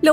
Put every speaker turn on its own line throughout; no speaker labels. Lo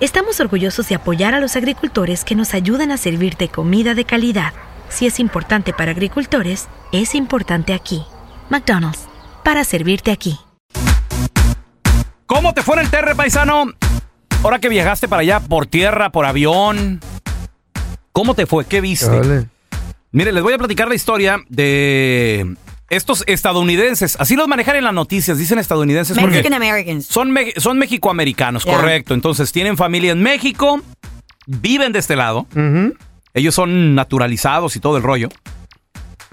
estamos orgullosos de apoyar a los agricultores que nos ayudan a servirte comida de calidad. Si es importante para agricultores, es importante aquí. McDonald's, para servirte aquí.
¿Cómo te fue en el terre, paisano? Ahora que viajaste para allá por tierra, por avión. ¿Cómo te fue? ¿Qué viste? Mire, les voy a platicar la historia de estos estadounidenses. Así los manejan en las noticias, dicen estadounidenses. porque
Mexican Americans.
Son, me- son mexicoamericanos,
Ya.
correcto. Entonces tienen familia en México, viven de este lado. Ellos son naturalizados y todo el rollo.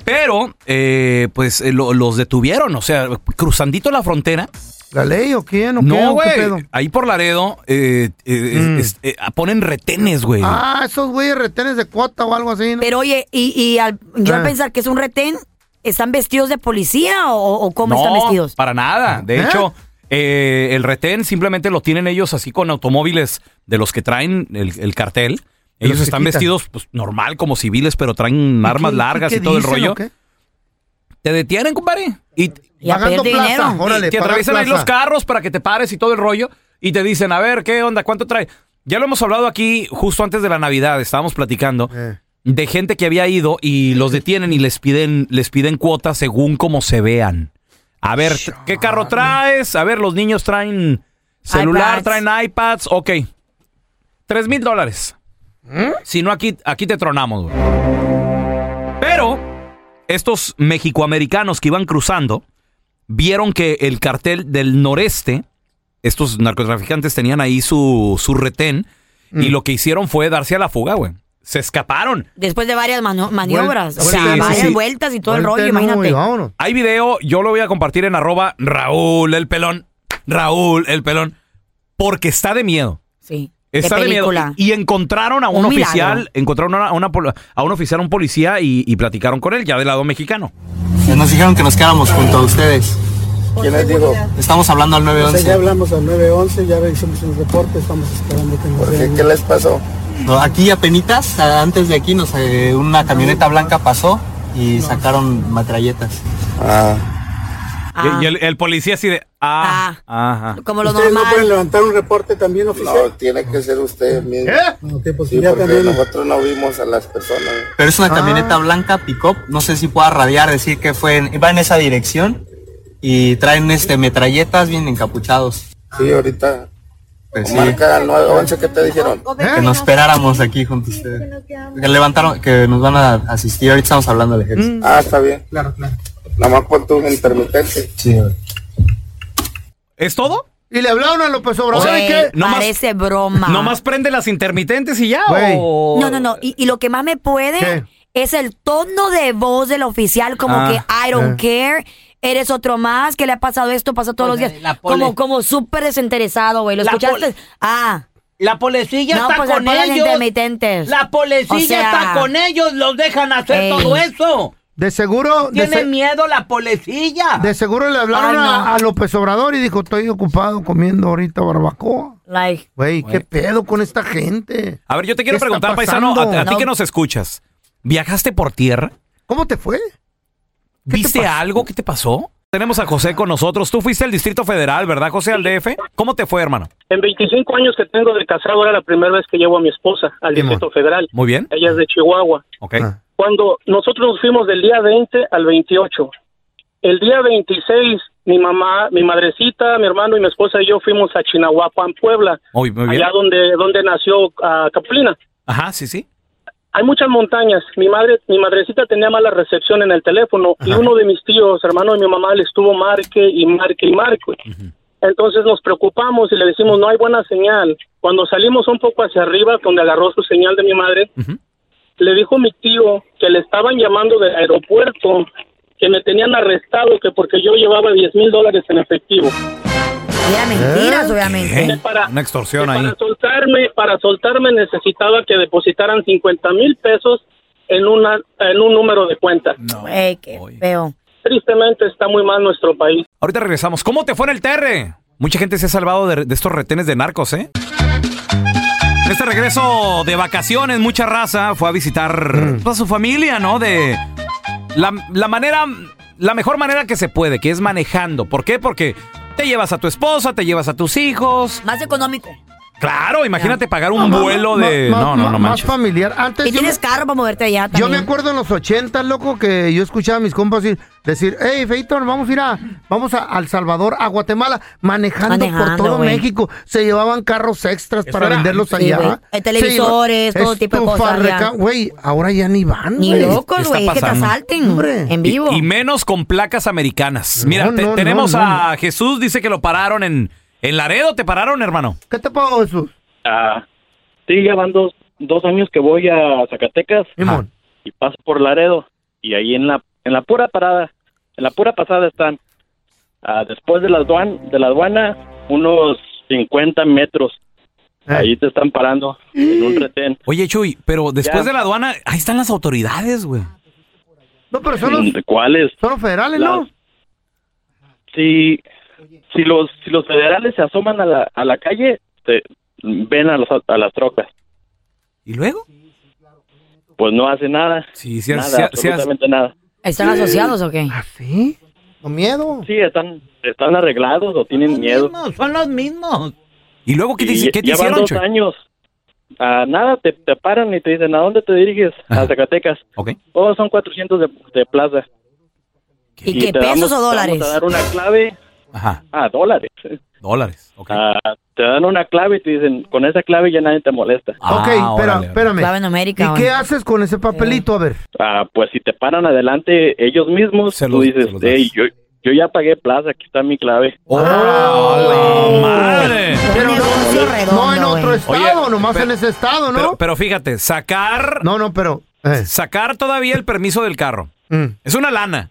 Pero, eh, pues, eh, lo- los detuvieron, o sea, cruzandito la frontera.
¿La ley o quién? ¿O qué,
No,
¿O qué
güey.
pedo? Mm.
Ahí por Laredo eh, eh, es- es- eh, ponen retenes, güey.
Ah, esos güeyes retenes de cuota o algo así, ¿no?
Pero oye, y, y al, yo al
Ah.
pensar que es un retén, ¿están vestidos de policía o, o cómo están
No,
vestidos?
Para nada. De
¿Eh?
hecho, eh, el retén simplemente lo tienen ellos así con automóviles de los que traen el, el cartel.
De los
Ellos
que
están
quitan.
vestidos pues, normal como civiles, pero traen armas
¿Qué-
largas
qué
y, todo el
dicen
rollo.
o qué?
Te detienen, compadre. Y,
Y a
Pagando
perder
plaza,
dinero.
órale,
te
pagar
atraviesan ahí
plaza.
los carros para que te pares y todo el rollo. Y te dicen, a ver, ¿qué onda? ¿Cuánto trae? Ya lo hemos hablado aquí justo antes de la Navidad, estábamos platicando
Eh.
de gente que había ido y los detienen y les piden, les piden cuotas según como se vean. A ver, ¿qué carro traes? A ver, los niños traen celular,
iPads.
traen iPads, ok. Tres mil dólares. Si no, aquí, aquí te tronamos, güey. Pero estos mexicoamericanos que iban cruzando vieron que el cartel del noreste, estos narcotraficantes tenían ahí su, su retén y lo que hicieron fue darse a la fuga, güey. Se escaparon.
Después de varias mano- maniobras, o
Vuelta-
sea,
sí, sí,
varias
sí.
vueltas y todo el
Vuelta
rollo,
en U
imagínate.
y vámonos.
Hay video, yo lo voy a compartir en arroba Raúl el pelón. Raúl el pelón. Porque está de miedo.
Sí, de
Está de, miedo.
película.
Y encontraron a un,
Un
oficial,
milagro.
encontraron a, una pol- a un oficial, un policía y, y platicaron con él, ya del lado mexicano.
Nos dijeron que nos quedáramos junto a ustedes.
¿Quién les dijo?
Estamos hablando al
O sea, ya
911.
hablamos al 911, ya hicimos un reporte, estamos esperando que nos
¿Qué,
den-
qué les pasó? Aquí apenas, antes de aquí, nos, eh, una camioneta blanca pasó y sacaron matralletas.
Ah,
Y, y el, el policía así de... Ah, ajá.
como lo
Ustedes no
normal.
pueden levantar un reporte también oficial.
tiene que ser usted mismo.
No, que pues ya también.
nosotros no vimos a las personas.
Pero es una camioneta blanca, pick-up, no sé si pueda radiar, decir que fue en, va en esa dirección y traen este metralletas bien encapuchados.
Sí, ahorita.
Pues sí,
Marca 911, ¿qué te dijeron?
que nos esperáramos aquí junto a ustedes. Que levantaron, que nos van a asistir, ahorita estamos hablando del
Mm.
ejército.
Ah, está bien.
Claro, claro.
Nada más pon tu intermitente.
Sí,
¿Es todo?
Y le hablaron a López Obrador.
Güey,
¿y qué?
Nomás-
parece broma.
Nomás prende las intermitentes y ya.
Güey.
o-
No, no, no. Y, y lo que más me puede
¿Qué?
es el tono de voz del oficial, como
Ah,
que I don't care. Eres otro más, que le ha pasado esto, pasa todos los días. Como, como súper desinteresado, güey. ¿Lo escuchaste? Ah.
La policía
no,
está
pues
con
apaga los
ellos.
intermitentes.
La policía
O sea,
está con ellos, los dejan hacer
Ey.
todo eso.
De seguro, de,
Tiene
se-
miedo la policía.
de seguro le hablaron
Ay, Ah, no.
a, a López Obrador y dijo, estoy ocupado comiendo ahorita barbacoa.
Like.
Güey, ¿qué pedo con esta gente?
A ver, yo te quiero
¿Qué está
preguntar, paisano, a,
pasando?
a ti que nos escuchas. ¿Viajaste por tierra?
¿Cómo te fue?
¿Viste algo? ¿Qué te pasó? Tenemos a José con nosotros. Tú fuiste al Distrito Federal, ¿verdad, José, al DF? ¿Cómo te fue, hermano?
En 25 años que tengo de casado, era la primera vez que llevo a mi esposa al Distrito Federal.
Muy bien.
Eh,
Ella es de Chihuahua.
Ok.
Ah.
Cuando nosotros nos fuimos del día 20 al 28, el día 26, mi mamá, mi madrecita, mi hermano y mi esposa y yo fuimos a Chinahuapan, Puebla,
Muy, muy bien.
allá donde, donde nació ah, Capulina.
Ajá, sí, sí.
Hay muchas montañas. Mi madre, mi madrecita tenía mala recepción en el teléfono y uno de mis tíos, hermano de mi mamá, le estuvo marque y marque y marque. Entonces nos preocupamos y le decimos no hay buena señal. Cuando salimos un poco hacia arriba, donde agarró su señal de mi madre, le dijo mi tío que le estaban llamando del aeropuerto, que me tenían arrestado, que porque yo llevaba 10 mil dólares en efectivo.
Era mentiras, obviamente.
¿Eh? Una extorsión ahí.
soltarme, para soltarme necesitaba que depositaran 50 mil pesos en, una, en un número de cuenta.
Ey, Eh, qué feo.
Tristemente está muy mal nuestro país.
Ahorita regresamos. ¿Cómo te fue en el TR? Mucha gente se ha salvado de, de estos retenes de narcos, ¿eh? En Este regreso de vacaciones, mucha raza fue a visitar pues, a su familia, ¿no? De la, la manera, la mejor manera que se puede, que es manejando. ¿Por qué? Porque te llevas a tu esposa, te llevas a tus hijos.
Más económico.
Claro, imagínate pagar un vuelo de...
Más-
No, no,
más-
no
Más
manches.
familiar. Antes
Y
yo
tienes
me-
carro para moverte allá también.
Yo me acuerdo en los 80, loco, que yo escuchaba a mis compas decir, decir hey, Feito, vamos a ir a, vamos a, al Salvador, a Guatemala, manejando, por
Manejando,
todo
güey.
México. Se llevaban carros extras para
era
venderlos
antes, güey.
allá.
Eh, televisores,
Se
todo tipo de cosas,
estufarreca-
ya.
Güey, ahora ya ni van,
Ni
güey.
locos,
está
güey, que te
pasando?
asalten en vivo.
Y, y menos con placas americanas. Mira,
No,
te-
no,
tenemos
no, no.
a Jesús, dice que lo pararon en, en Laredo, ¿te pararon, hermano?
¿Qué te pago, Jesús?
Ah, sí, ya van dos, dos años que voy a Zacatecas y paso por Laredo y ahí en la en la pura parada, en la pura pasada están ah, después de la aduana, de la aduana unos 50 metros. Ah,
Eh,
Ahí te están parando en un retén.
Oye, Chuy, pero después
Ya.
de la aduana, ahí están las autoridades, güey.
No, pero
son los, ¿Cuáles?
Son los federales,
¿no? Si, si, los, si los federales se asoman a la, a la calle, te- ven a, los, a las trocas.
¿Y luego?
Pues no hace nada.
Sí,
sí,
nada,
sí, sí,
absolutamente nada.
¿Están asociados o qué?
¿Ah, ¿Sí? ¿Con miedo?
Sí, están, están arreglados o tienen miedo.
son los mismos.
¿Y luego Ah, qué te,
Y
qué te
ya van
hicieron,
dos
Chuy?
años. A nada, te, te paran y te dicen, ¿a dónde te diriges? A Zacatecas.
Ok.
Oh, son 400 de, de plaza.
¿Y qué,
te
pesos
damos-
o
te
dólares?
Vamos a dar una clave.
Ajá.
Ah, dólares.
Dólares.
Ah, te dan una clave y te dicen, con esa clave ya nadie te molesta.
Ah,
Ah,
ok, espera, espérame.
Clave numérica,
¿Y qué
güey.
haces con ese papelito? A ver.
Ah, pues si te paran adelante ellos mismos, tú dices, "Ey, yo, yo ya pagué plaza, aquí está mi clave.
Oh, madre!
Pero no, no en otro estado, nomás
pero-
en ese estado, ¿no?
Pero, pero fíjate, sacar...
No, no, pero... eh, mm,
Sacar todavía el permiso del carro. Es una lana.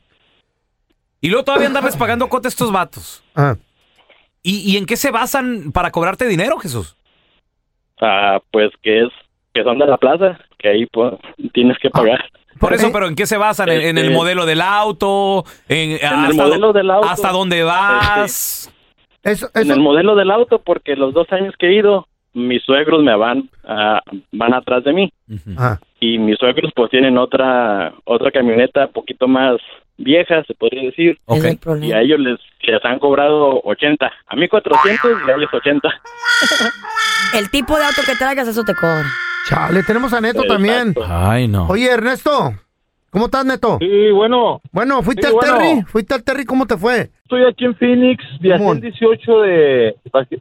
Y luego todavía andarles pagando cote a estos vatos.
Ah.
¿Y, y en qué se basan para cobrarte dinero, Jesús?
Ah, pues que es que son de la plaza, que ahí pues, tienes
Ah,
que pagar.
Por eso, pero ¿en qué se basan? ¿En, en el
Este-
modelo del auto? ¿En,
En el modelo del auto.
Ah, ¿Hasta dónde vas?
En el modelo del auto, porque los dos años que he ido, mis suegros me van, ah, van atrás de mí.
Ah,
Y mis suegros pues tienen otra, otra camioneta poquito más vieja, se podría decir. Y a ellos les, les han cobrado 80. A mí 400 y a ellos 80.
El tipo de auto que traigas, eso te cobra.
Chale, tenemos a Neto también.
Ay, no.
Oye, Ernesto, ¿cómo estás, Neto?
Sí, bueno.
Bueno, fuiste
Sí,
al
bueno.
Terry, fuiste al Terry, ¿cómo te fue?
Estoy aquí en Phoenix, viajé el 18 de,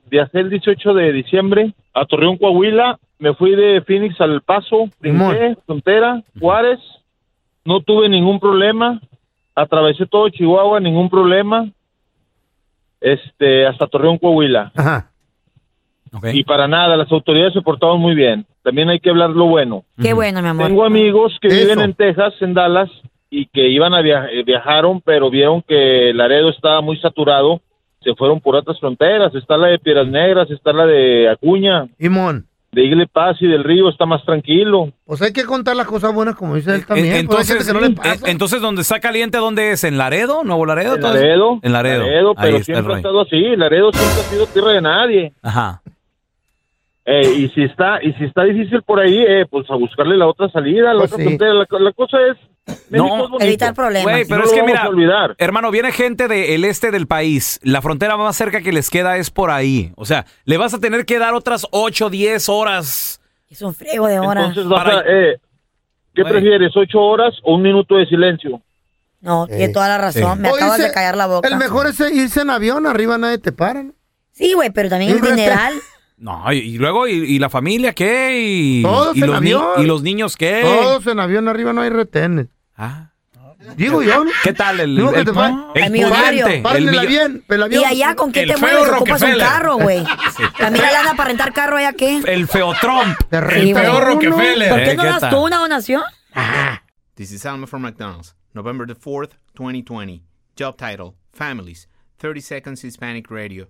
viajé el 18 de diciembre a Torreón, Coahuila. Me fui de Phoenix al Paso, brinqué, frontera, Juárez. No tuve ningún problema. Atravesé todo Chihuahua, ningún problema. Este, hasta Torreón, Coahuila.
E-
Y para nada, las autoridades se portaron muy bien. También hay que hablar lo bueno.
Qué bueno, mi amor.
Tengo amigos que
Eso.
viven en Texas, en Dallas, y que iban a via- eh, viajaron, pero vieron que Laredo estaba muy saturado. Se fueron por otras fronteras. Está la de Piedras Negras, está la de Acuña.
Imón.
De Igle Paz y del Río está más tranquilo.
Pues hay que contar las cosas buenas como dice él también.
En-
pues hay gente
entonces,
que no le
en- entonces, ¿dónde está caliente? ¿Dónde es? ¿En Laredo? ¿Nuevo Laredo?
En
¿Todo eso?
Laredo.
En Laredo.
Laredo,
Ahí
pero
está el
siempre ha
rollo.
estado así. Laredo siempre ha sido tierra de nadie.
Ajá.
Eh, y si está y si está difícil por ahí, eh, pues a buscarle la otra salida, la
Pues
otra
sí.
frontera. La, co- la cosa es México es bonito.
Güey, pero
No
es
lo
que
vamos
mira,
a olvidar.
hermano, viene gente del este del país. La frontera más cerca que les queda es por ahí. O sea, le vas a tener que dar otras 8, 10 horas.
Es un friego de hora.
Entonces vas a- eh, ¿qué
Güey.
prefieres, ocho horas o un minuto de silencio?
No, tiene toda la razón. Me
O
acabas
irse-
de callar la boca.
El mejor es irse en avión, arriba nadie te para. ¿no?
Sí, güey, pero también el
Un respeto.
dineral.
No, y, y luego, y, y la familia qué? ¿Y,
Todos
y
en
los, ni-
avión.
y los niños qué?
Todos en avión, arriba no hay retenes.
Ah.
Digo yo, ¿no?
¿Qué tal el,
Digo que
el-
te pa-
el
el millonario.
pudiente, el
Párenle
millo-
bien, el avión.
¿Y allá con qué
El
te
feo
mueves? Ocupas un
Rockefeller.
carro, güey.
Sí.
También la lana para rentar carro allá, ¿qué?
El feo Trump. Eh,
Sí, güey. ¿Por qué no
¿qué
das
tal?
tú una donación?
This is Alma from McDonald's, November the 4th, 2020. Job title Families, 30 Seconds Hispanic Radio.